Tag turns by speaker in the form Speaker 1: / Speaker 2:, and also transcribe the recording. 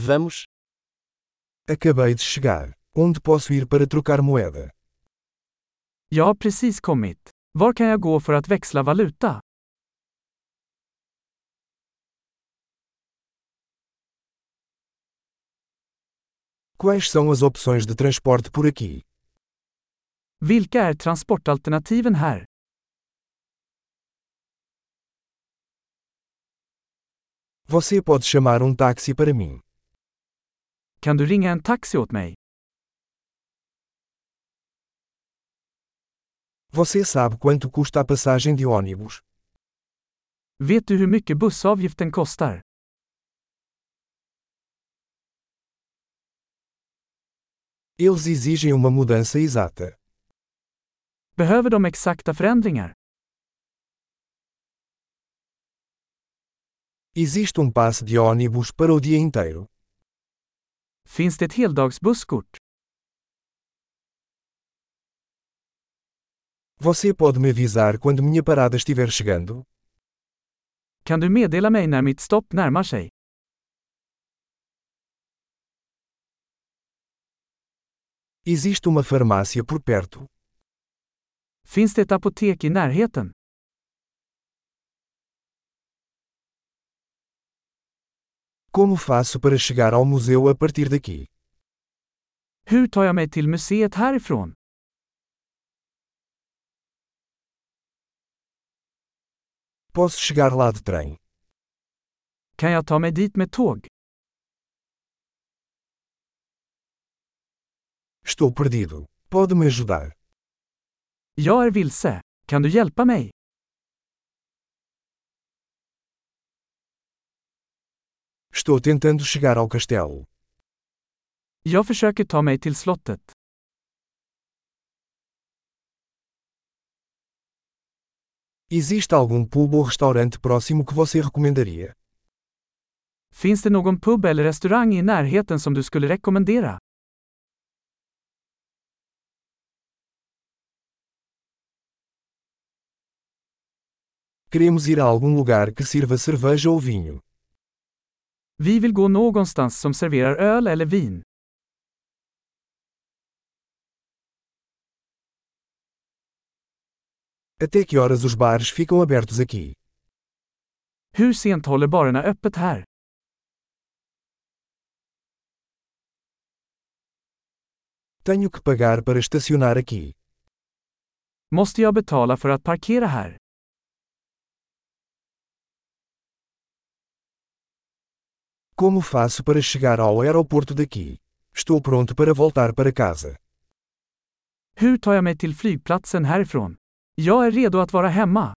Speaker 1: Vamos.
Speaker 2: Acabei de chegar. Onde posso ir para trocar moeda?
Speaker 3: Jag har precis kommit. Var kan jag gå för att växla valuta?
Speaker 2: Quais são as opções de transporte por aqui?
Speaker 3: Vilka är transportalternativen här?
Speaker 2: Você pode chamar um táxi para mim.
Speaker 3: Kan du ringa en taxi åt mig?
Speaker 2: Você sabe quanto custa a passagem de ônibus?
Speaker 3: Vet du hur mycket bussavgiften kostar?
Speaker 2: Eles exigem uma mudança exata.
Speaker 3: Behöver de exakta förändringar?
Speaker 2: Existe um passe de ônibus para o dia inteiro.
Speaker 3: Finns det ett heldagsbusskort?
Speaker 2: Você pode me avisar quando minha parada estiver chegando?
Speaker 3: Kan du meddela mig när mitt stopp närmar sig?
Speaker 2: Existe uma farmácia por perto.
Speaker 3: Finns det ett apotek i närheten?
Speaker 2: Como faço para chegar ao museu a partir daqui?
Speaker 3: Hur tar jag mig till museet härifrån?
Speaker 2: Posso chegar lá de trem.
Speaker 3: Kan jag ta mig dit med tåg?
Speaker 2: Estou perdido. Pode me ajudar?
Speaker 3: Jag är vilse. Kan du hjälpa mig?
Speaker 2: Estou tentando chegar ao castelo.
Speaker 3: Jag försöker ta mig till slottet.
Speaker 2: Existe algum pub ou restaurante próximo que você recomendaria?
Speaker 3: Finns det någon pub eller restaurang i närheten som du skulle rekommendera?
Speaker 2: Queremos ir a algum lugar que sirva cerveja ou vinho.
Speaker 3: Vi vill gå någonstans som serverar öl eller vin.
Speaker 2: Até que horas os bares ficam abertos aqui?
Speaker 3: Hur sent håller barerna öppet här?
Speaker 2: Tenho que pagar para estacionar aqui.
Speaker 3: Måste jag betala för att parkera här?
Speaker 2: Como faço para chegar ao aeroporto daqui? Estou pronto para voltar para casa.
Speaker 3: Hur tar jag mig till flygplatsen härifrån? Jag är redo att vara hemma.